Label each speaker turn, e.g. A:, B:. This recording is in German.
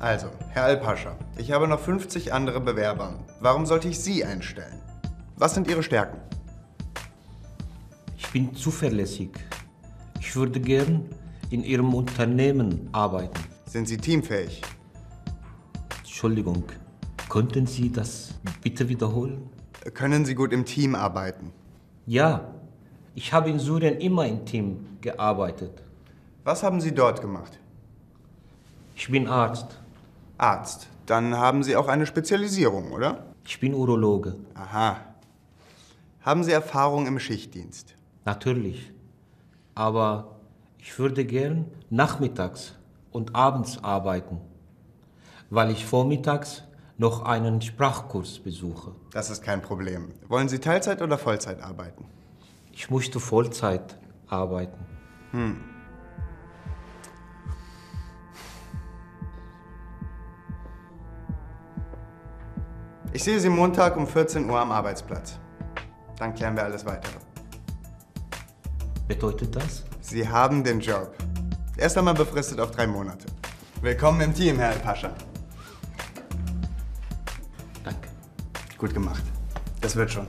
A: Also, Herr Alpascha, ich habe noch 50 andere Bewerber. Warum sollte ich Sie einstellen? Was sind Ihre Stärken?
B: Ich bin zuverlässig. Ich würde gern in Ihrem Unternehmen arbeiten.
A: Sind Sie teamfähig?
B: Entschuldigung, könnten Sie das bitte wiederholen?
A: Können Sie gut im Team arbeiten?
B: Ja, ich habe in Syrien immer im Team gearbeitet.
A: Was haben Sie dort gemacht?
B: Ich bin Arzt.
A: Arzt. Dann haben Sie auch eine Spezialisierung, oder?
B: Ich bin Urologe.
A: Aha. Haben Sie Erfahrung im Schichtdienst?
B: Natürlich. Aber ich würde gern nachmittags und abends arbeiten, weil ich vormittags noch einen Sprachkurs besuche.
A: Das ist kein Problem. Wollen Sie Teilzeit oder Vollzeit arbeiten?
B: Ich musste Vollzeit arbeiten.
A: Ich sehe Sie Montag um 14 Uhr am Arbeitsplatz. Dann klären wir alles weitere.
B: Bedeutet das?
A: Sie haben den Job. Erst einmal befristet auf drei Monate. Willkommen im Team, Herr Pascha.
B: Danke.
A: Gut gemacht. Das wird schon.